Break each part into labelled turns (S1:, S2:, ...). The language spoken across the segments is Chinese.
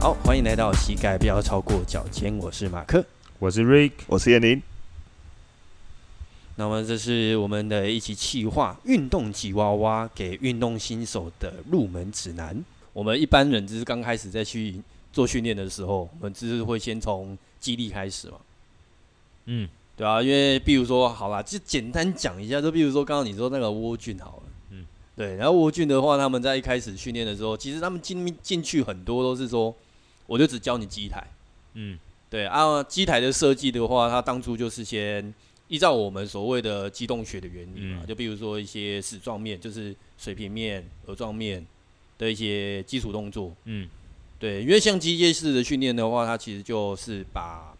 S1: 好，欢迎来到膝盖不要超过脚尖，我是马克。
S2: 我是 Rick，
S3: 我是燕宁，
S1: 那么这是我们的一期企划《运动吉娃娃》给运动新手的入门指南。我们一般人只是刚开始在去做训练的时候，我们只是会先从肌力开始嘛，
S2: 嗯，
S1: 对啊，因为比如说，好啦，就简单讲一下，就比如说刚刚你说那个窝菌好了，嗯
S2: 嗯，
S1: 对，然后窝菌的话，他们在一开始训练的时候，其实他们进进去很多都是说，我就只教你机台，
S2: 嗯
S1: 对啊，机台的设计的话，它当初就是先依照我们所谓的机动学的原理嘛，
S2: 嗯
S1: 就比如说一些矢状面，就是水平面、额状面的一些基础动作。
S2: 嗯
S1: 对，因为像机械式的训练的话，它其实就是把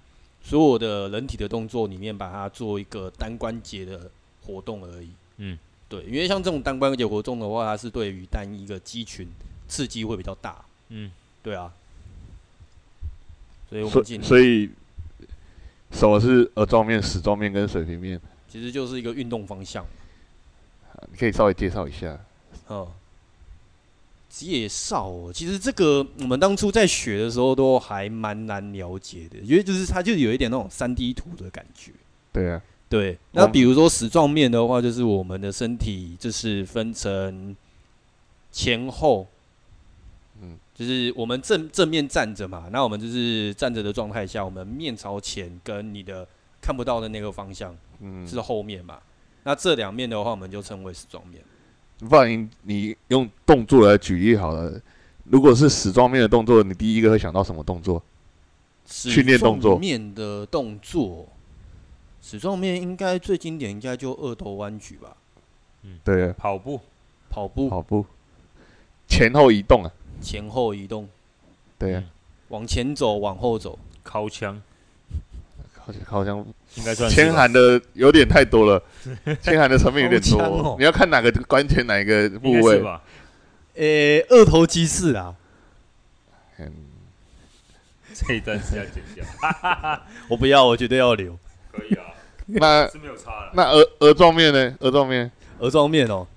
S1: 所有的人体的动作里面，把它做一个单关节的活动而已。
S2: 嗯，
S1: 对，因为像这种单关节活动的话，它是对于单一个肌群刺激会比较大。
S2: 嗯，
S1: 对啊。所以我
S3: 所
S1: 们进
S3: 所以什么是额状面、矢状面跟水平面？
S1: 其实就是一个运动方向。
S3: 你可以稍微介绍一下。
S1: 哦，介绍哦，其实这个我们当初在学的时候都还蛮难了解的，因为就是它就有一点那种三 D 图的感觉。
S3: 对啊，
S1: 对，
S3: 我
S1: 那比如说矢状面的话，就是我们的身体就是分成前后，嗯
S3: 嗯，
S1: 就是我们正正面站着嘛，那我们就是站着的状态下，我们面朝前，跟你的看不到的那个方向
S3: 嗯，
S1: 是后面嘛，那这两面的话，我们就称为矢状面。
S3: 不然你你用动作来举例好了。如果是矢状面的动作，你第一个会想到什么动作？训练动作
S1: 面的动作，矢状面应该最经典应该就二头弯举吧，
S3: 对啊，
S2: 跑步，
S1: 跑步
S3: 跑步，前后移动啊。
S1: 前后移动，
S3: 对啊，
S1: 往前走，往后走，
S2: 靠枪，
S3: 好像好像
S2: 应该算是吧
S3: 牵喊的有点太多了，牵喊的层面有点
S1: 好强哦
S3: 多。你要看哪个关节哪一个部
S2: 应该是
S3: 位？
S2: 吧？
S1: 诶、呃二头肌式啊，
S3: 嗯，
S2: 这一段是要剪掉，
S1: 我不要，我绝对要留
S2: 可以啊，
S3: 那
S2: 是没有差了。
S3: 那额额状面呢？额状面，
S1: 额状面哦，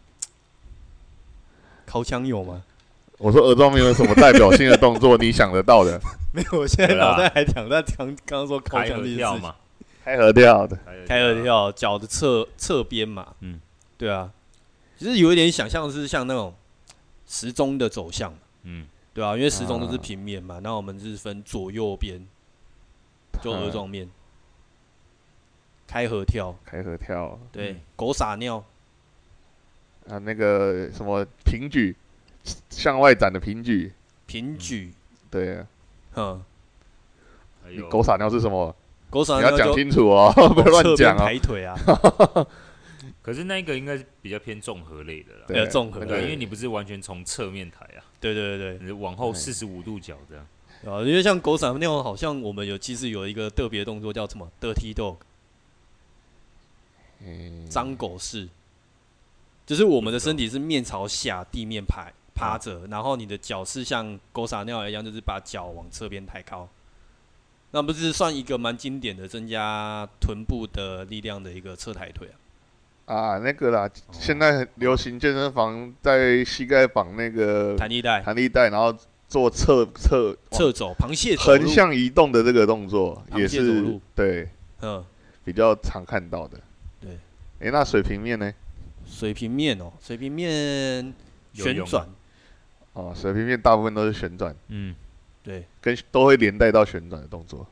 S1: 烤枪有吗？
S3: 我说额状面有什么代表性的动作？你想得到的？
S1: 没有，我现在
S2: 有啦
S1: 脑袋还想在刚刚刚说烤
S2: 开
S1: 枪
S2: 合
S1: 这件
S2: 跳
S1: 事情，
S2: 嘛，
S3: 开合跳的，
S1: 开合，跳，脚的侧侧边嘛，嗯
S2: 嗯，
S1: 对啊，其实有一点想象是像那种时钟的走向。
S2: 嗯，
S1: 对啊，因为时钟都是
S3: 啊
S1: 平面嘛，那我们是分左右边，就
S3: 啊
S1: 额状面，开合跳，
S3: 嗯开合跳
S1: 对，
S2: 嗯
S1: 狗撒尿，
S3: 啊，那个什么平举，向外展的平举，
S1: 平举，
S3: 对啊，
S1: 哼，
S2: 还
S3: 你
S2: 有
S3: 狗撒尿是什么？
S1: 狗撒
S3: 你
S1: 尿
S3: 要
S1: 就
S3: 讲清楚哦， 不要
S1: 往
S3: 乱
S1: 侧
S3: 讲
S1: 边
S3: 哦。
S1: 抬腿啊，
S2: 可是那个应该是比较偏综合类的啦。
S3: 对
S1: 呃，综合
S3: 那
S2: 对，
S3: 个
S1: 对
S2: 因为你不是完全从侧面抬啊，
S1: 对对对
S2: 你是往后
S3: 对
S2: 四十五度角这样。
S1: 对，啊，因为像狗撒尿，好像我们有其实有一个特别动作叫什么 dirty dog，
S3: 嗯
S1: 脏狗式，就是我们的身体是面朝下地面排
S3: 啊
S1: 趴着，然后你的脚是像狗撒尿一样，就是把脚往侧边抬高，那不是算一个蛮经典的增加臀部的力量的一个侧抬腿啊？
S3: 啊，那个啦，现在很流行健身房在膝盖绑那个
S1: 弹力带、
S3: 弹力带，然后做侧侧
S1: 侧走、螃蟹走
S3: 横
S1: 路，
S3: 向移动的这个动作，
S1: 螃
S3: 也
S1: 蟹走
S3: 是
S1: 路
S3: 对
S1: 嗯，
S3: 比较常看到的。
S1: 对
S3: 诶，那水平面呢？
S1: 水平面哦，水平面
S2: 游
S1: 旋
S2: 泳
S1: 转，
S3: 哦，水平面大部分都是旋转，
S2: 嗯，
S1: 对，
S3: 跟都会连带到旋转的动作。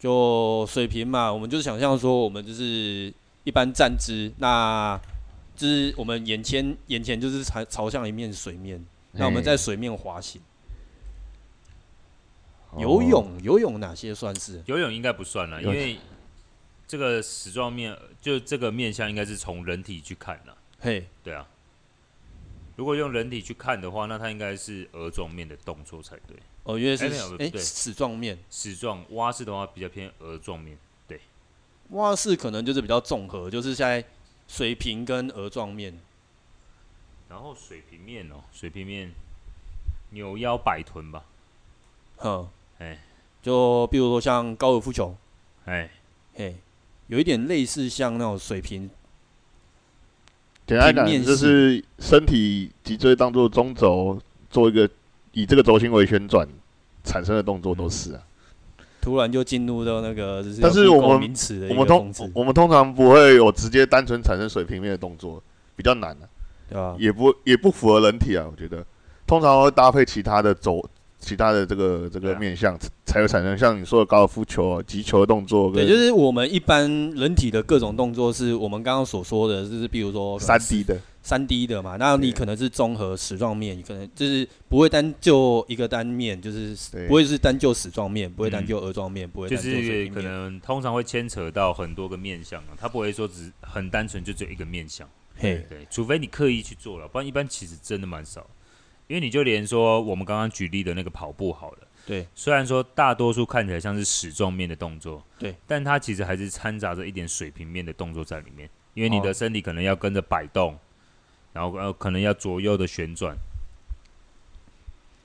S1: 就水平嘛，我们就想象说，我们就是一般站姿，那就是我们眼前眼前就是朝朝向一面水面，那我们在水面滑行、
S3: 嘿
S1: 游，
S3: 哦
S1: 泳，游泳哪些算是？
S2: 游泳应该不算了，因
S3: 游泳
S2: 为这个矢状面就这个面相应该是从人体去看啦。
S1: 嘿，
S2: 对啊，如果用人体去看的话，那它应该是额状面的动作才对。
S1: 哦，因为是
S2: 哎没有
S1: 哎
S2: 对
S1: 矢状面，
S2: 矢状蛙式的话比较偏额状面，
S1: 蛙式可能就是比较综合，就是在水平跟额状面，
S2: 然后水平面哦，水平面扭腰摆臀吧，
S1: 哼，
S2: 哎
S1: 就比如说像高尔夫球，
S2: 哎，
S1: 嘿，有一点类似像那种水平，
S3: 简单
S1: 平面
S3: 讲就是身体脊椎当做中轴，做一个以这个轴心为旋转，产生的动作都是啊。
S1: 突然就进入到那个，就是
S3: 但是
S1: 要 Google
S3: 我们
S1: 名词的
S3: 我
S1: 一
S3: 们
S1: 个
S3: 通
S1: 控制，
S3: 我们通常不会有直接单纯产生水平面的动作，比较难啊，
S1: 对吧？
S3: 也不也不符合人体啊，我觉得通常会搭配其他的走。其他的这个这
S2: 对
S3: 个
S2: 啊
S3: 面向才才会产生像你说的高尔夫球、啊击球的动作，
S1: 对，就是我们一般人体的各种动作，是我们刚刚所说的，就是比如说
S3: 三 D 的，
S1: 三 D 的嘛，那你
S3: 对
S1: 可能是综合矢状面，你可能就是不会单就一个单面，就是
S3: 对
S1: 不会是单就矢状面，不会单
S2: 嗯
S1: 就额状面，不会
S2: 就
S1: 单就水
S2: 是
S1: 平
S2: 可
S1: 面。
S2: 能通常会牵扯到很多个面相啊，他不会说只很单纯就只有一个面相，
S1: 嘿，
S2: 对，除非你刻意去做了，不然一般其实真的蛮少。因为你就连说我们刚刚举例的那个跑步好了，
S1: 对，
S2: 虽然说大多数看起来像是矢状面的动作，
S1: 对，
S2: 但它其实还是掺杂着一点水平面的动作在里面，因为你的
S1: 哦
S2: 身体可能要跟着摆动，然后呃可能要左右的旋转，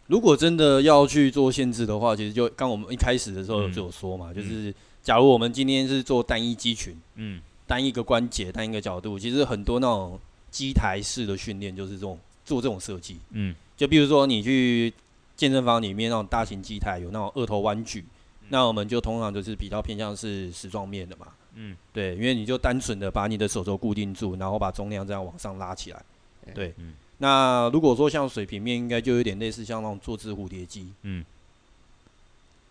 S1: 如果真的要去做限制的话，其实就刚我们一开始的时候
S2: 嗯
S1: 就有说嘛，就是假如我们今天是做单一肌群、
S2: 嗯，
S1: 单一个关节、单一个角度，其实很多那种机台式的训练就是这种做这种设计。
S2: 嗯，
S1: 就比如说你去健身房里面那种大型机台有那种二头弯举，那我们就通常就是比较偏向是时状面的嘛。
S2: 嗯，
S1: 对，因为你就单纯的把你的手肘固定住，然后把重量这样往上拉起来。对，
S2: 嗯
S1: 那如果说像水平面，应该就有点类似像那种坐姿蝴蝶机，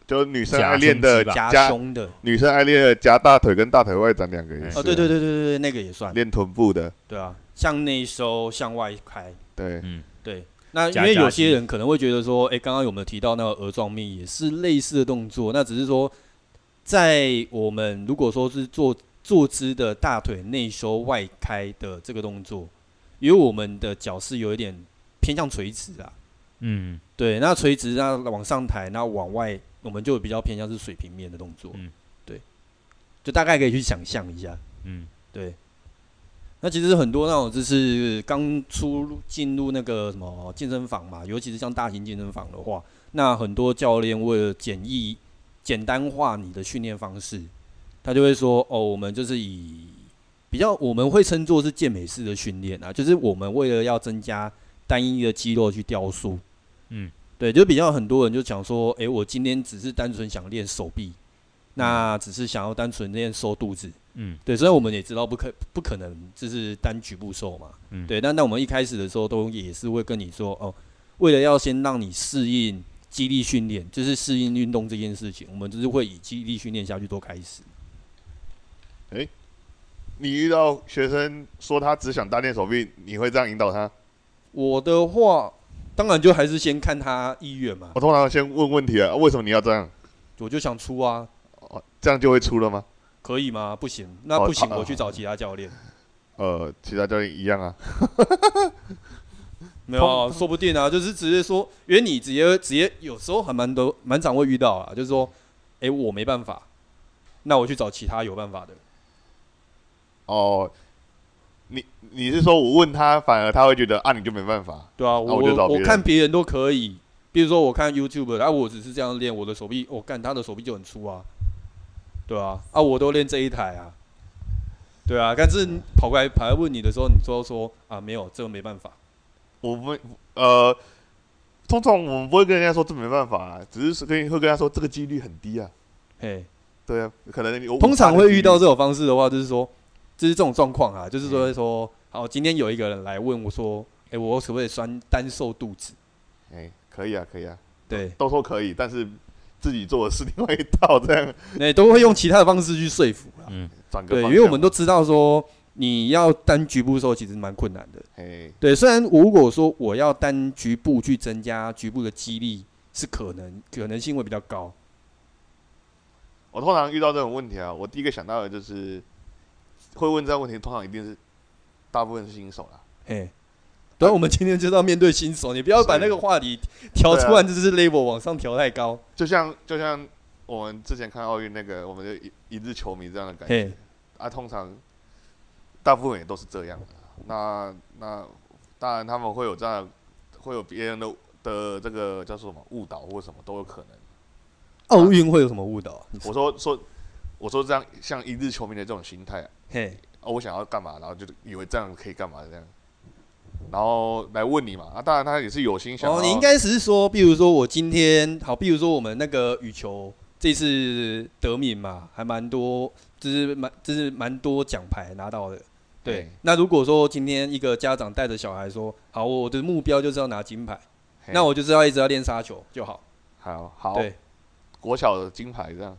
S3: 就是女生
S2: 夹
S3: 爱练
S2: 胸肌
S3: 的
S2: 吧
S1: 夹胸的。
S3: 女生爱练的夹大腿跟大腿外展两个也
S2: 哎
S3: 是、
S1: 哦，对对，对对对对，那个也算。
S3: 练臀部的，
S1: 对啊，向内收，向外开。
S3: 对，
S2: 嗯，
S1: 对，那因
S2: 夹
S1: 为
S2: 夹
S1: 有些
S2: 击
S1: 人可能会觉得说，哎、刚刚有没有提到那个额状面也是类似的动作？那只是说，在我们如果说是做坐姿的大腿内收外开的这个动作，因为我们的脚是有一点偏向垂直啊，
S2: 嗯，
S1: 对，那垂直那往上抬，那往外，我们就比较偏向是水平面的动作，
S2: 嗯
S1: 对，就大概可以去想象一下，
S2: 嗯，
S1: 对。那其实很多那种就是刚出入进入那个什么健身房嘛，尤其是像大型健身房的话，那很多教练为了简易简单化你的训练方式，他就会说哦，我们就是以比较我们会称作是健美式的训练啊，就是我们为了要增加单一的肌肉去雕塑，
S2: 嗯，
S1: 对，就比较很多人就讲说，诶，我今天只是单纯想练手臂，
S3: 嗯
S1: 那只是想要单纯练收肚子，
S2: 嗯，
S1: 对，虽然我们也知道不可不可能就是单局部瘦嘛，
S2: 嗯
S1: 对，但但我们一开始的时候都也是会跟你说哦，为了要先让你适应肌力训练，就是适应运动这件事情，我们就是会以肌力训练下去做开始。
S3: 你遇到学生说他只想单练手臂，你会这样引导他？
S1: 我的话，当然就还是先看他意愿嘛
S3: 我，通常先问问题啊，为什么你要这样？
S1: 我就想出啊，
S3: 哦，这样就会出了吗？
S1: 可以吗？不行，那
S3: 哦
S1: 不行，
S3: 啊
S1: 我去找其他教练。
S3: 呃，其他教练一样啊，
S1: 没有啊，说不定啊，就是直接说，因为你直接直接有时候还蛮多蛮常会遇到啊，就是说，诶，我没办法，那我去找其他有办法的。
S3: 哦，你你是说我问他，反而他会觉得啊，你就没办法，
S1: 对啊，
S3: 那
S1: 我
S3: 我就找别
S1: 我
S3: 人
S1: 看别人都可以，比如说我看 YouTube，啊，我只是这样练，我的手臂，我、哦干他的手臂就很粗啊，对啊，啊我都练这一台啊，对啊，但是跑过来跑来问你的时候，你说说啊没有，这个没办法，
S3: 我们呃，通常我们不会跟人家说这没办法、啊，只是跟会跟他说这个几率很低啊。
S1: 嘿，
S3: 对啊，可能有
S1: 通常
S3: 5%的
S1: 会
S3: 几率
S1: 遇到这种方式的话，就是说，就是这种状况啊，就是说说，好，今天有一个人来问我说，哎、我可不可以酸单瘦肚子？
S3: 哎、可以啊，可以啊，
S1: 对，
S3: 都说可以，但是自己做的是 另外一套，这样
S1: 那、都会用其他的方式去说服啊。
S2: 嗯，
S3: 转个
S1: 对，因
S3: 方
S1: 为
S3: 向
S1: 我们都知道说，你要单局部瘦其实蛮困难的。
S3: 哎、
S1: 对，虽然如果说我要单局部去增加局部的肌力是可能，可能性会比较高。
S3: 我通常遇到这种问题啊，我第一个想到的就是会问这样问题，通常一定是大部分是新手啦。
S1: 嘿，对啊，我们今天就是要面对新手，你不要把那个话题调
S3: 对啊
S1: 突然就是 level 往上调太高。
S3: 就像就像我们之前看奥运那个，我们就一一日球迷这样的感觉
S1: 嘿，
S3: 啊，通常大部分也都是这样的啊。那那当然他们会有这样的，会有别人的的这个叫做什么误导或什么都有可能。
S1: 奥运会有什么误导啊？你
S3: 我说说我说这样像一日球迷的这种心态啊，
S1: 嘿，
S3: 哦我想要干嘛，然后就以为这样可以干嘛这样。然后来问你嘛。啊，当然他也是有心想要，
S1: 哦，你应该是说，比如说我今天好，比如说我们那个羽球这次得名嘛，还蛮多，就是蛮就是蛮多奖牌拿到的。对，
S3: 对
S1: 那如果说今天一个家长带着小孩说，好，我的目标就是要拿金牌，
S3: 嘿
S1: 那我就是要一直要练杀球就好。
S3: 好好
S1: 对，
S3: 国小的金牌这样，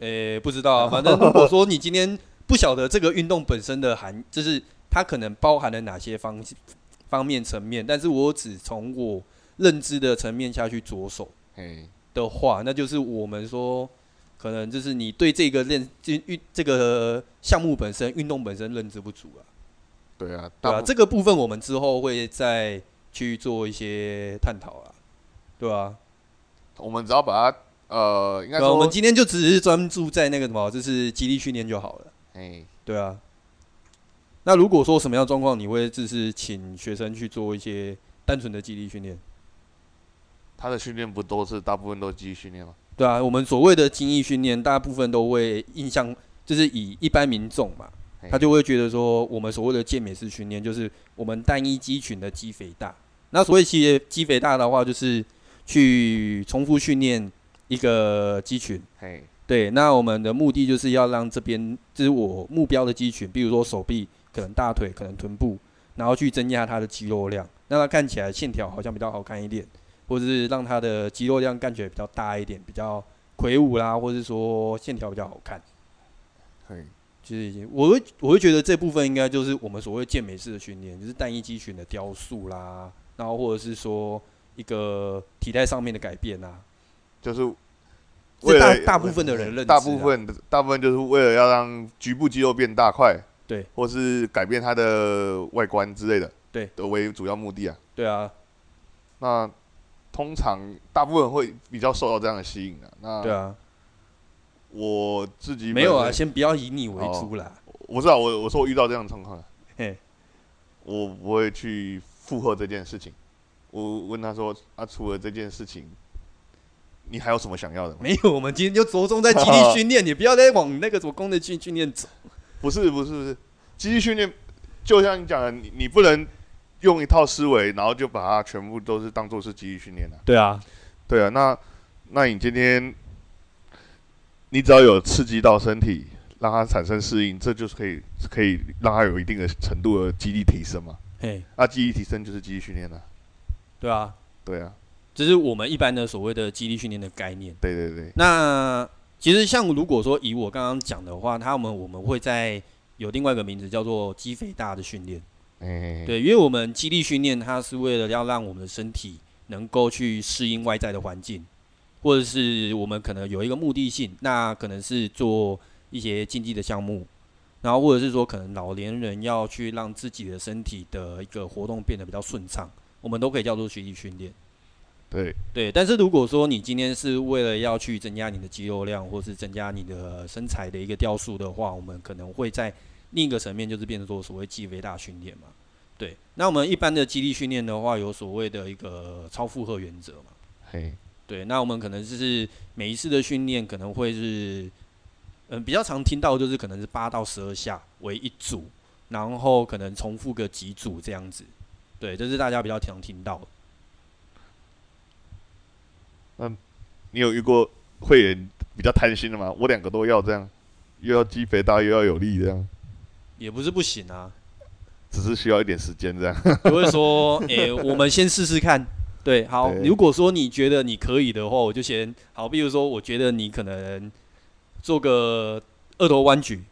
S1: 诶、不知道 啊，反正如果说你今天不晓得这个运动本身的含，就是它可能包含了哪些方方面层面，但是我只从我认知的层面下去着手。
S3: 嘿，
S1: 的话，那就是我们说，可能就是你对这个练这运这个项目本身、运动本身认知不足啊，
S3: 对啊，
S1: 对
S3: 大
S1: 吧、
S3: 部
S1: 这个部分我们之后会再去做一些探讨啊，对吧、啊？
S3: 我们只要把它呃，应该
S1: 对啊我
S3: 说
S1: 们，今天就只是专注在那个什么，就是激励训练就好了，
S3: 嘿，
S1: 对啊。那如果说什么样的状况，你会就是请学生去做一些单纯的激励训练？
S3: 他的训练不都是大部分都是肌力训练吗？
S1: 对啊，我们所谓的精益训练，大部分都会印象就是以一般民众嘛
S3: 嘿，
S1: 他就会觉得说，我们所谓的健美式训练，就是我们单一肌群的肌肥大。那所谓肌肌肥大的话，就是去重复训练一个肌群。
S3: 嘿，
S1: 对，那我们的目的就是要让这边，就是我目标的肌群，比如说手臂，可能大腿，可能臀部，然后去增加它的肌肉量，让它看起来线条好像比较好看一点，或者是让它的肌肉量看起来比较大一点，比较魁梧啦，或者说线条比较好看。
S3: 嘿，
S1: 就是已经，我会我会觉得这部分应该就是我们所谓健美式的训练，就是单一肌群的雕塑啦，然后或者是说一个体态上面的改变啊，
S3: 就是
S1: 这
S3: 为
S1: 大
S3: 了
S1: 大部分的人认知啊、
S3: 大部分的大部分就是为了要让局部肌肉变大块，
S1: 对，
S3: 或是改变它的外观之类的，
S1: 对
S3: 的为主要目的啊。
S1: 对啊，
S3: 那通常大部分人会比较受到这样的吸引啊。那
S1: 对啊，
S3: 我自己
S1: 没有啊，
S3: 本身，
S1: 先不要以你为主啦。
S3: 我知道，我我说我遇到这样的状况啊，
S1: 嘿，
S3: 我不会去附和这件事情。我问他说啊，除了这件事情，你还有什么想要的吗？
S1: 没有，我们今天就着重在基地训练，你不要再往那个什么功能训训练走。
S3: 不是不是不是，机器训练就像你讲的，你你不能用一套思维，然后就把它全部都是当做是机器训练的、
S1: 对啊，
S3: 对啊，那那你今天你只要有刺激到身体，让它产生适应，这就是可以可以让它有一定的程度的肌力提升嘛。
S1: 嘿，
S3: 那肌力提升就是肌力训练了、
S1: 对啊，
S3: 对啊，
S1: 这是我们一般的所谓的基地训练的概念。
S3: 对对对，
S1: 那其实像如果说以我刚刚讲的话，他们我们会在有另外一个名字叫做肌肥大的训练。
S3: 哎、
S1: 对，因为我们肌力训练，它是为了要让我们的身体能够去适应外在的环境，或者是我们可能有一个目的性，那可能是做一些竞技的项目，然后或者是说可能老年人要去让自己的身体的一个活动变得比较顺畅，我们都可以叫做肌力训练。
S3: 对，
S1: 对，但是如果说你今天是为了要去增加你的肌肉量，或是增加你的身材的一个雕塑的话，我们可能会在另一个层面就是变成说所谓肌肥大训练嘛。对，那我们一般的肌力训练的话，有所谓的一个超负荷原则嘛。
S3: 嘿，
S1: 对，那我们可能就是每一次的训练可能会是，嗯，比较常听到就是可能是八到十二下为一组，然后可能重复个几组这样子。对，这是大家比较常听到的。
S3: 你有遇过会员比较贪心的吗？我两个都要这样，又要肌肥大又要有力这样，
S1: 也不是不行啊，
S3: 只是需要一点时间这样。
S1: 我会说，诶、我们先试试看。对，好，
S3: 对
S1: 如果说你觉得你可以的话，我就先好。比如说，我觉得你可能做个二头弯举，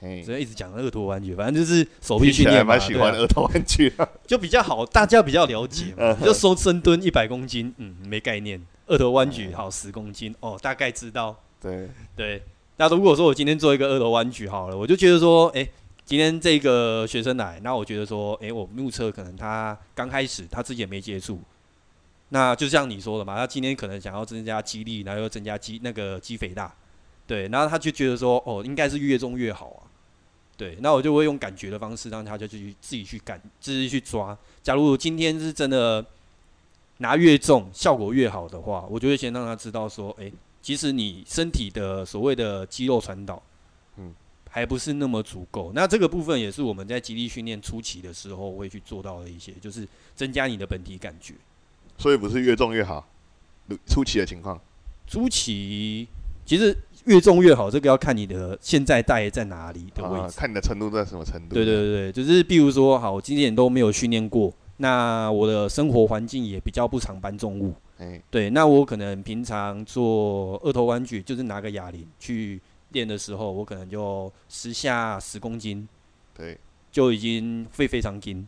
S3: 嘿
S1: 只，能一直讲二头弯举，反正就是手臂
S3: 嗯听起
S1: 训
S3: 来
S1: 练嘛，
S3: 蛮喜欢
S1: 对啊
S3: 儿童玩具的。嗯
S1: 就比较好，大家比较了解嘛。你就说深蹲一百公斤，嗯，没概念；二头弯举好十公斤，哦，大概知道。
S3: 对，
S1: 对，那如果说我今天做一个二头弯举好了，我就觉得说，哎、今天这个学生来，那我觉得说，哎、我目测可能他刚开始他自己也没接触，那就像你说的嘛，他今天可能想要增加肌力，然后又增加肌那个肌肥大，对，然后他就觉得说，哦，应该是越重越好啊。对，那我就会用感觉的方式让他就去自己去感，自己去抓。假如今天是真的拿越重效果越好的话，我就会先让他知道说，哎、其实你身体的所谓的肌肉传导，
S3: 嗯，
S1: 还不是那么足够。那这个部分也是我们在极力训练初期的时候会去做到的一些，就是增加你的本体感觉。
S3: 所以不是越重越好。初期的情况，
S1: 初期其实越重越好，这个要看你的现在带在哪里的位
S3: 啊
S1: 置。
S3: 看你的程度在什么程度。
S1: 对对对，对就是比如说，好，我今年都没有训练过，那我的生活环境也比较不常搬重物。
S3: 哎，
S1: 对，那我可能平常做二头弯举，就是拿个哑铃去练的时候，我可能就十下十公斤
S3: 对，
S1: 就已经会非常紧。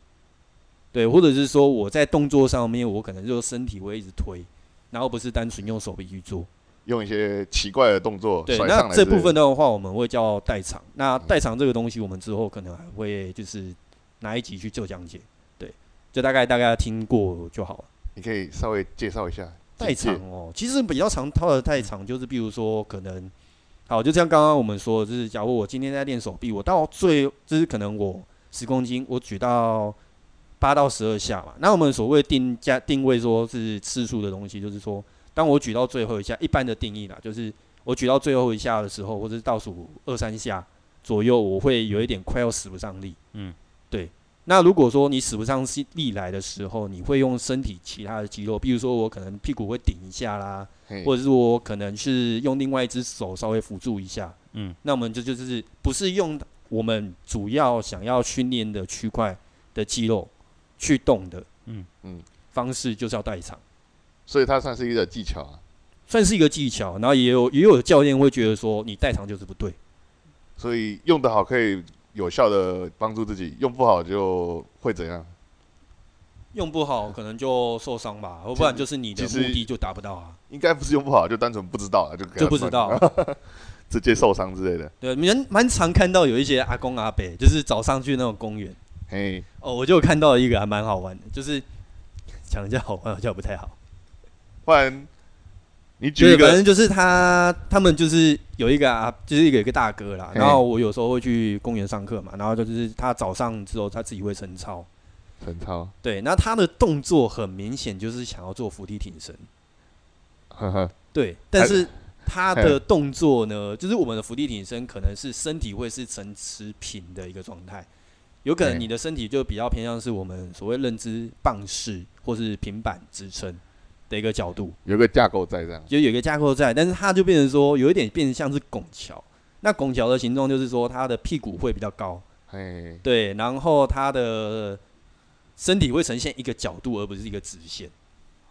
S1: 对，或者是说我在动作上面，我可能就身体会一直推，然后不是单纯用手臂去做。
S3: 用一些奇怪的动作
S1: 对，
S3: 甩上
S1: 那
S3: 来之
S1: 这
S3: 类的。
S1: 部分的话，我们会叫代偿。那
S3: 嗯
S1: 代偿这个东西，我们之后可能还会就是拿一集去做讲解。对，就大概大概听过就好了。
S3: 你可以稍微介绍一下
S1: 代偿
S3: 简介嗯
S1: 哦，其实比较常套的代偿就是，比如说可能，好，就像刚刚我们说的，就是假如我今天在练手臂，我到最就是可能我十公斤，我举到八到十二下嘛。那我们所谓定价定位说是次数的东西，就是说，当我举到最后一下，一般的定义啦，就是我举到最后一下的时候，或者是倒数二三下左右，我会有一点快要使不上力。
S2: 嗯，
S1: 对。那如果说你使不上力来的时候，你会用身体其他的肌肉，比如说我可能屁股会顶一下啦，
S3: 嘿
S1: 或者是我可能是用另外一只手稍微辅助一下。
S2: 嗯，
S1: 那我们这就是不是用我们主要想要训练的区块的肌肉去动的，
S2: 嗯
S3: 嗯，
S1: 方式就是要代偿，
S3: 所以它算是一个技巧啊。
S1: 算是一个技巧。然后也有也有教练会觉得说你代偿就是不对，
S3: 所以用得好可以有效的帮助自己，用不好就会怎样？
S1: 用不好可能就受伤吧，要不然就是你的
S3: 其
S1: 目
S3: 实
S1: 的就达不到啊，
S3: 应该不是用不好，就单纯不知道了，啊就给
S1: 就
S3: 它
S1: 不知
S3: 算
S1: 道
S3: 了，直接受伤之类的。
S1: 对，蛮蛮常看到有一些阿公阿伯，就是早上去那种公园。
S3: 嘿，
S1: 哦，我就有看到一个还蛮好玩的，就是讲一下好玩好像不太好。
S3: 不然你举
S1: 对，
S3: 一
S1: 反
S3: 个
S1: 正就是他他们就是有一个啊，就是有一个大哥啦。
S3: 嘿
S1: 然后我有时候会去公园上课嘛，然后就是他早上之后他自己会晨操。
S3: 陈超，
S1: 对，那他的动作很明显就是想要做伏地挺身。
S3: 呵呵，
S1: 对，但是他的动作呢，就是我们的伏地挺身可能是身体会是呈持平的一个状态，有可能
S3: 对
S1: 你的身体就比较偏向是我们所谓认知棒式或是平板支撑的一个角度，
S3: 有个架构在这样。
S1: 就有一个架构在，但是它就变成说有一点变成像是拱桥。那拱桥的形状就是说，它的屁股会比较高，
S3: 嘿，
S1: 对，然后它的身体会呈现一个角度，而不是一个直线。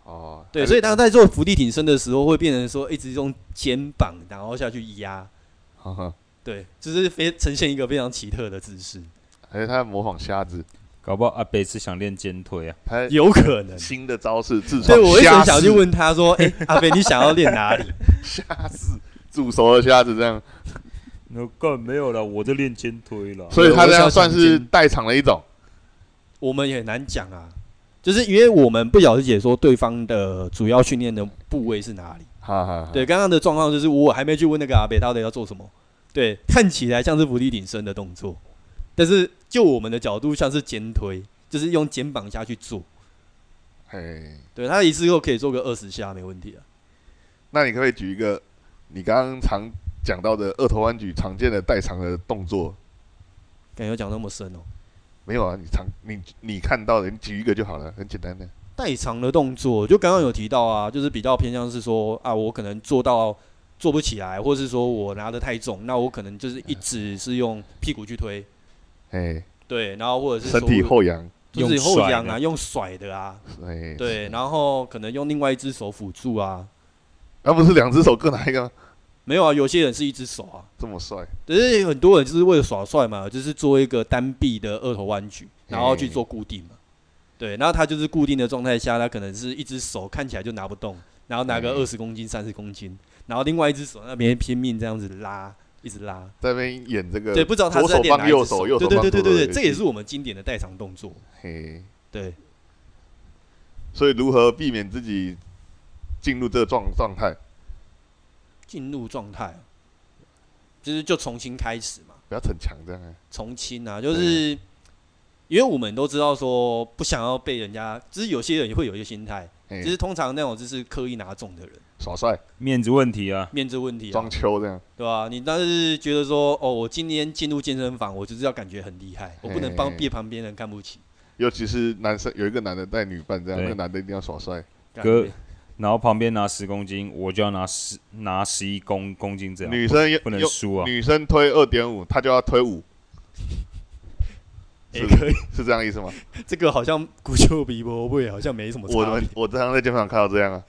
S3: 哦，
S1: 对，
S3: 还是
S1: 所以他在做伏地挺身的时候，会变成说一直用肩膀然后下去压，
S3: 呵 呵，
S1: 对，就是非呈现一个非常奇特的姿势，
S3: 而且他模仿瞎子，
S2: 搞不好阿北是想练肩推啊，
S3: 他
S1: 有可能。
S3: 新的招式自
S1: 所
S3: 创
S1: 以我一直
S3: 瞎
S1: 想
S3: 子
S1: 去问他说：“哎、阿飞，你想要练哪里
S3: 瞎子煮熟的瞎子这样，
S2: 那干没有了，我在练肩推了。
S3: 所以他这样算
S1: 哦我想
S3: 是
S1: 进
S3: 代偿的一种。？”
S1: 我们也很难讲啊，就是因为我们不了解说对方的主要训练的部位是哪里。
S3: 哈哈，哈
S1: 啊对，，刚刚的状况就是我还没去问那个阿北到底要做什么。对，看起来像是伏地挺身的动作，但是就我们的角度像是肩推，就是用肩膀下去做。
S3: 嘿，
S1: 对他一次又可以做个二十下，没问题啊。
S3: 那你可不可以举一个你刚刚常讲到的二头弯举常见的代偿的动作？
S1: 感觉讲那么深哦、
S3: 没有啊，你常你你看到的，你举一个就好了，很简单的。
S1: 代偿的动作，就刚刚有提到啊，就是比较偏向是说啊，我可能做到做不起来，或是说我拿的太重，那我可能就是一直是用屁股去推，
S3: 哎，
S1: 对，然后或者是
S3: 身体
S1: 说
S3: 后扬，
S1: 就是后仰啊，
S2: 用
S1: 用甩
S2: 甩的
S1: 的啊，
S3: 哎，
S1: 对，，然后可能用另外一只手辅助啊，
S3: 那、不是两只手各拿一个吗？
S1: 没有啊，有些人是一只手啊，
S3: 这么帅，
S1: 可是很多人就是为了耍帅嘛，就是做一个单臂的二头弯举，然后去做固定嘛。对，然后他就是固定的状态下，他可能是一只手看起来就拿不动，然后拿个
S3: 哎
S1: 二十公斤、三十公斤，然后另外一只手那边拼命这样子拉，一直拉。
S3: 在那边演这个
S1: 对，不知道他是在
S3: 左手
S1: 练哪
S3: 帮
S1: 一只
S3: 右手，右手
S1: 对对
S3: 帮
S1: 对对
S3: 左手
S1: 对
S3: 的游
S1: 对，
S3: 戏
S1: 这也是我们经典的代偿动作。
S3: 嘿。
S1: 对，
S3: 所以如何避免自己进入这个状状态？
S1: 进入状态，就是就重新开始嘛。
S3: 不要逞强这样、啊。
S1: 重庆啊，就是因为我们都知道说不想要被人家，就是有些人也会有一个心态，
S3: 嘿
S1: 就是通常那种就是刻意拿中的人，
S3: 耍帅
S2: 面子问题啊，
S1: 面子问题、啊
S3: 装，秋这样，
S1: 对吧、你但是觉得说，哦，我今天进入健身房，我就是要感觉很厉害，我不能帮
S3: 嘿
S1: 别旁边人看不起。
S3: 尤其是男生有一个男的带女伴这样，
S2: 对
S3: 那个男的一定要耍帅，
S1: 干
S2: 哥，然后旁边拿十公斤，我就要拿十拿十一公公斤
S1: 啊
S2: 这样，
S3: 女生也
S2: 不能
S3: 有
S2: 输啊。
S3: 女生推二点五，他就要 推五，
S1: 也、
S3: 是
S1: 可以，
S3: 是这样意思吗？
S1: 这个好像骨丘比波位好像没什么
S3: 我
S1: 差
S3: 们
S1: 别。
S3: 我经常在健身房看到这样啊，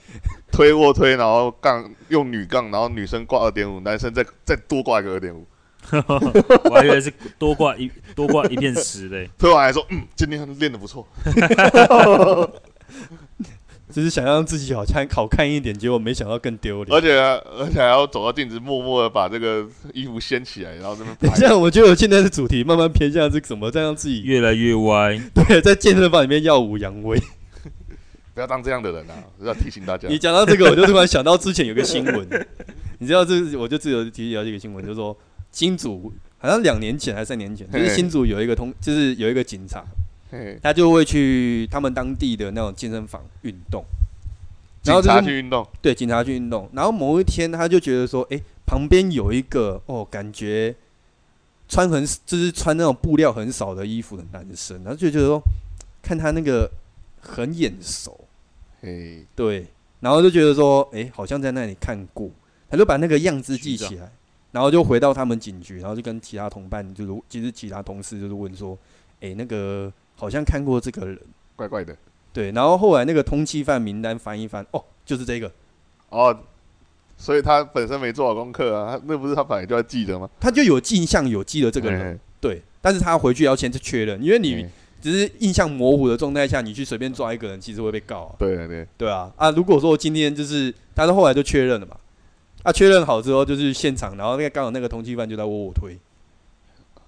S3: 推卧推，然后杠用女杠，然后女生挂二点五，男生再再多挂一个二点五，
S2: 我还以为是多挂一 多挂一片石嘞，
S3: 推完还说嗯，今天练的不错，
S1: 只是想让自己好像好看一点，结果没想到更丢
S3: 而
S1: 脸。
S3: 且啊而且还要走到镜子，默默的把这个衣服掀起来，然后这边
S1: 等一
S3: 拍。
S1: 下，我觉得我现在的主题慢慢偏向是怎么再让自己
S2: 越来越歪。
S1: 对在健身房里面耀武扬威。
S3: 不要当这样的人啊！要提醒大家
S1: 你，讲到这个，我就突然想到之前有个新闻， 你知道这，我就自由提起到这个新闻，就是说金主好像两年前还是三年前，就是
S3: 嘿
S1: 新主有一个通，就是有一个警察，
S3: 嘿
S1: 他就会去他们当地的那种健身房运动，然后
S3: 警
S1: 就
S3: 察
S1: 是
S3: 去运动，
S1: 对警察去运动，然后某一天他就觉得说，诶，旁边有一个哦，感觉穿很就是穿那种布料很少的衣服的男生，然后就觉得说，看他那个很眼熟，
S3: 嘿，
S1: 对，然后就觉得说，诶，好像在那里看过，他就把那个样子记起来，然后就回到他们警局，然后就跟其他同伴，就是其实其他同事就是问说，诶，那个好像看过这个人，
S3: 怪怪的。
S1: 对，然后后来那个通缉犯名单翻一翻，哦，就是这个，
S3: 哦，所以他本身没做好功课啊，他那不是他本来就要记得吗？哎
S1: 他就有印象，有记得这
S3: 这
S1: 个人，对，但是他回去要先去确认，因为
S3: 哎
S1: 你只是印象模糊的状态下，你去随便抓一个人，其实会被告、啊，
S3: 对对，
S1: 对啊，啊，如果说今天就是，但是后来就确认了嘛，啊，确认好之后就是现场，然后那个刚好那个通缉犯就在窝我推，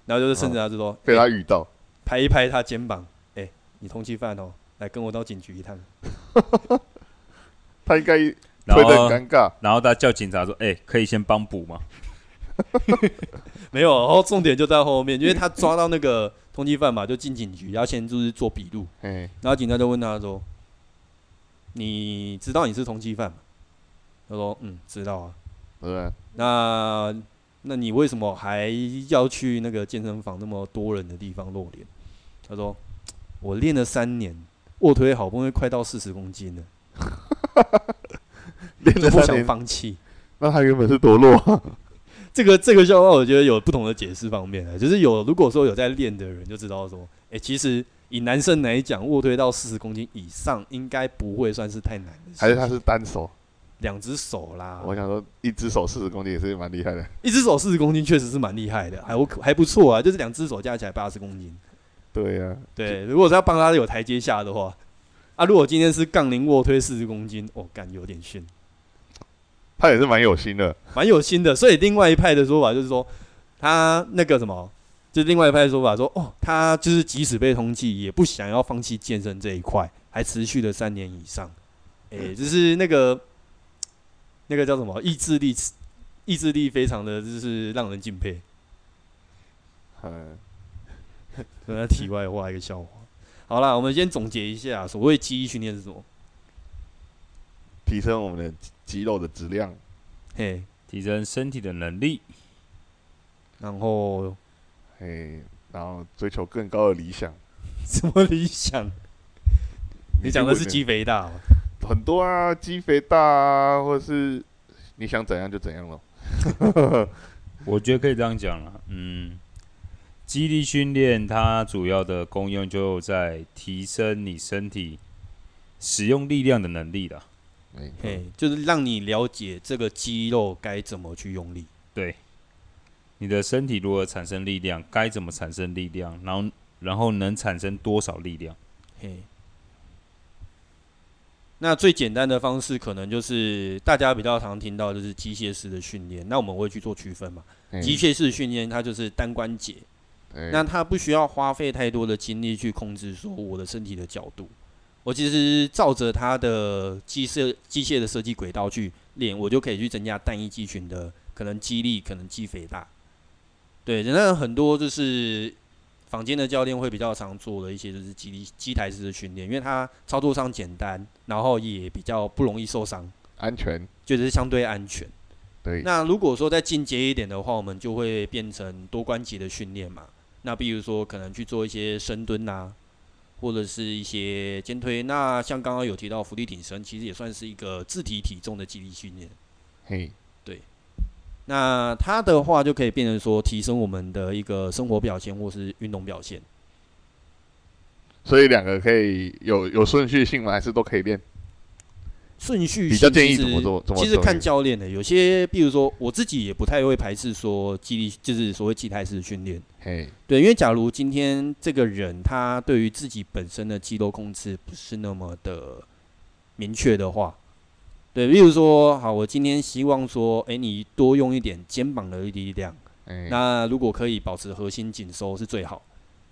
S1: 然后就是甚至他就说、
S3: 哦被
S1: 欸
S3: 他遇到，
S1: 拍一拍他肩膀，哎、你通缉犯哦，来跟我到警局一趟，
S3: 他应该
S2: 然
S3: 推的
S2: 后
S3: 很尴尬。
S2: 然后他叫警察说：“哎、可以先帮补吗
S1: 没有，然后重点就在后面，因为他抓到那个通缉犯嘛，就进警局，要先就是做笔录，
S3: 嘿，
S1: 然后警察就问他说：“你知道你是通缉犯吗？”他说：“嗯，知道啊。
S3: 对不对？
S1: 那那你为什么还要去那个健身房那么多人的地方露脸？”他说：“我练了三年，卧推好不容易快到四十公斤了，
S3: 练
S1: 就
S3: 了
S1: 不
S3: 三
S1: 想
S3: 年，
S1: 放弃。”
S3: 那他原本是多弱 啊，
S1: 这个这个笑话，我觉得有不同的解释方面啊，就是有如果说有在练的人就知道说，哎、其实以男生来讲，卧推到四十公斤以上应该不会算是太难的事，
S3: 还是他是单手？
S1: 两只手啦，
S3: 我想说，一只手四十公斤也是蛮厉害的。
S1: 一只手四十公斤确实是蛮厉害的，还我还不错啊，就是两只手加起来八十公斤。
S3: 对啊呀、
S1: 对，如果是要帮他有台阶下的话，啊，如果今天是杠铃卧推四十公斤，哦，干有点逊，
S3: 他也是蛮有心的。
S1: 蛮有心的。所以另外一派的说法就是说，他那个什么，就是另外一派的说法说，哦，他就是即使被通缉，也不想要放弃健身这一块，还持续了三年以上。诶、就是那个那个叫什么，意志力，意志力非常的就是让人敬佩。
S3: 嗯，
S1: 跟他题外话一个笑话。好啦，我们先总结一下，所谓记忆训练是什么？
S3: 提升我们的肌肌肉的质量，
S1: 嘿，？”
S2: 提升身体的能力，
S1: 然后
S3: 嘿，哎然后追求更高的理想。
S1: 什么理想？你讲的是肌肥大吗？
S3: 很多啊，肌肥大啊，或者是你想怎样就怎样咯。
S2: 我觉得可以这样讲了。嗯，肌力训练它主要的功用就在提升你身体使用力量的能力啦。
S3: 没错
S1: 嘿，就是让你了解这个肌肉该怎么去用力。
S2: 你的身体如何产生力量，该怎么产生力量，然后然后能产生多少力量？
S1: 嘿，那最简单的方式可能就是大家比较常听到就是机械式的训练，那我们会去做区分嘛。
S3: 嘿
S1: 机械式训练它就是单关节，
S3: 嘿
S1: 那他不需要花费太多的精力去控制说我的身体的角度，我其实照着他的机设机械的设计轨道去练，我就可以去增加单一肌群的可能肌力，可能肌肥大。对，那很多就是坊间的教练会比较常做的一些就是肌力机台式的训练，因为它操作上简单，然后也比较不容易受伤，
S3: 安全，
S1: 就是相对安全。
S3: 对，
S1: 那如果说再进阶一点的话，我们就会变成多关节的训练嘛。那比如说可能去做一些深蹲啊，或者是一些肩推。那像刚刚有提到伏地挺身，其实也算是一个自体体重的肌力训练。
S3: 嘿，
S1: 那它的话就可以变成说提升我们的一个生活表现或是运动表现。
S3: 所以两个可以有有顺序性吗？还是都可以练？
S1: 顺序
S3: 比较
S1: 性
S3: 建议
S1: 其
S3: 怎么
S1: 实
S3: 做？怎么
S1: 其实
S3: 做
S1: 看教练的、有些比如说我自己也不太会排斥说肌力，就是所谓肌态式的训练。
S3: 嘿，
S1: 对，因为假如今天这个人他对于自己本身的肌肉控制不是那么的明确的话，对，比如说，好，我今天希望说，诶，你多用一点肩膀的力量，
S3: 嘿，
S1: 那如果可以保持核心紧收是最好。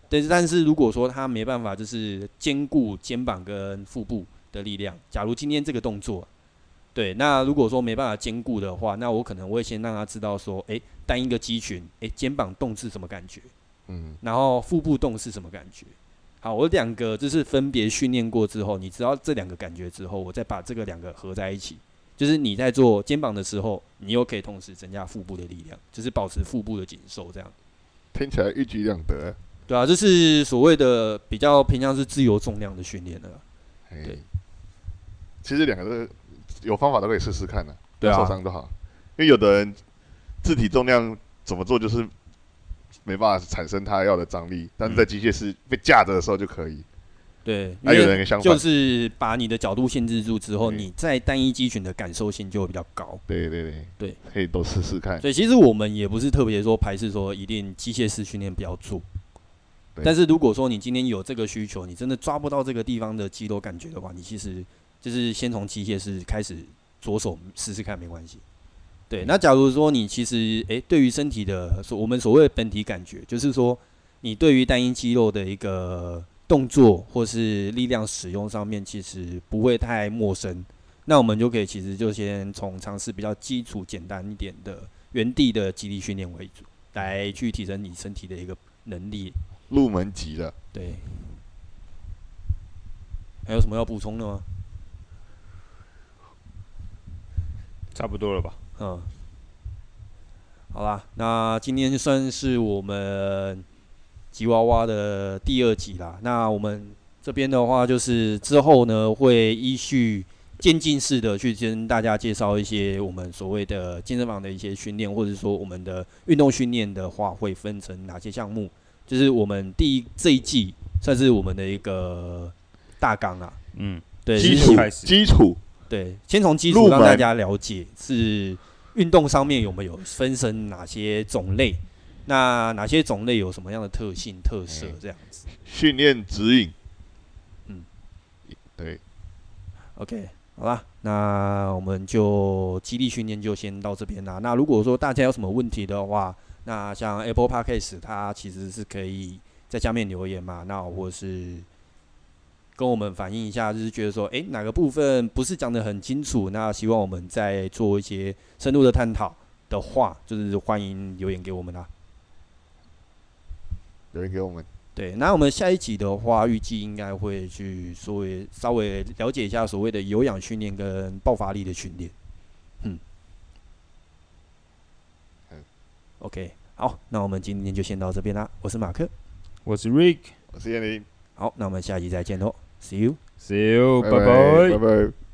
S1: 但是，但是如果说他没办法，就是兼顾肩膀跟腹部的力量，假如今天这个动作，对，那如果说没办法兼顾的话，那我可能会先让他知道说，诶，单一个肌群，诶，肩膀动是什么感觉。
S3: 嗯，
S1: 然后腹部动是什么感觉？好，我两个就是分别训练过之后，你知道这两个感觉之后，我再把这个两个合在一起，就是你在做肩膀的时候，你又可以同时增加腹部的力量，就是保持腹部的紧瘦，这样
S3: 听起来一举两得。
S1: 对啊，这是所谓的比较偏向是自由重量的训练了。
S3: 嘿
S1: 对，
S3: 其实两个都有方法都可以试试看的、
S1: 对
S3: 不要
S1: 啊
S3: 受，伤就好。因为有的人自体重量怎么做就是没办法产生他要的张力，但是在机械式被架着的时候就可以。
S1: 对，因
S3: 那、有的
S1: 为
S3: 人相反，
S1: 就是把你的角度限制住之后，
S3: 嗯
S1: 你在单一肌群的感受性就会比较高。
S3: 对对对
S1: 对，
S3: 可以都试试看。
S1: 所以其实我们也不是特别说排斥说一定机械式训练不要做
S3: 对，
S1: 但是如果说你今天有这个需求，你真的抓不到这个地方的肌肉感觉的话，你其实就是先从机械式开始着手试试看，没关系。对，那假如说你其实诶、对于身体的所我们所谓的本体感觉，就是说你对于单一肌肉的一个动作或是力量使用上面，其实不会太陌生。那我们就可以其实就先从尝试比较基础、简单一点的原地的肌力训练为主，来去提升你身体的一个能力。
S3: 入门级了，
S1: 对，还有什么要补充的吗？
S2: 差不多了吧？
S1: 嗯，好啦，那今天算是我们吉娃娃的第二集啦。那我们这边的话，就是之后呢会依序渐进式的去跟大家介绍一些我们所谓的健身房的一些训练，或者说我们的运动训练的话，会分成哪些项目？就是我们第一这一季算是我们的一个大纲啦。
S2: 嗯，
S1: 对，
S3: 基
S1: 就是
S3: 础
S2: 开始
S3: 基础
S1: 对，先从基
S3: 入
S1: 础让
S3: 门
S1: 大家了解是运动上面有没有分成哪些种类，那哪些种类有什么样的特性特
S3: 哎
S1: 色这样子。
S3: 训练指引。
S1: 嗯，
S3: 对，
S1: OK，好啦，那我们就激励训练就先到这边啦。那如果说大家有什么问题的话，那像 Apple Podcast 它其实是可以在下面留言嘛，那或是跟我们反映一下，就是觉得说，诶、哪个部分不是讲的很清楚，那希望我们再做一些深入的探讨的话，就是欢迎留言给我们啦。
S3: 留言给我们。
S1: 对，那我们下一集的话，预计应该会去稍微稍微了解一下所谓的有氧训练跟爆发力的训练。嗯
S3: 嗯
S1: ，OK，好，那我们今天就先到这边啦。我是马克，
S2: 我是 Rick，See
S3: 我是燕玲，
S1: 好，那我们下集再见喽，See you。
S2: you，拜拜
S3: 拜拜。拜。